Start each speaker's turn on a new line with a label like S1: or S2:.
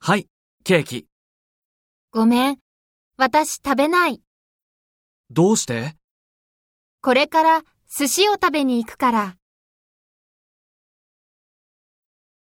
S1: はい、ケーキ。
S2: ごめん。私食べない。
S1: どうして
S2: これから寿司を食べに行くから。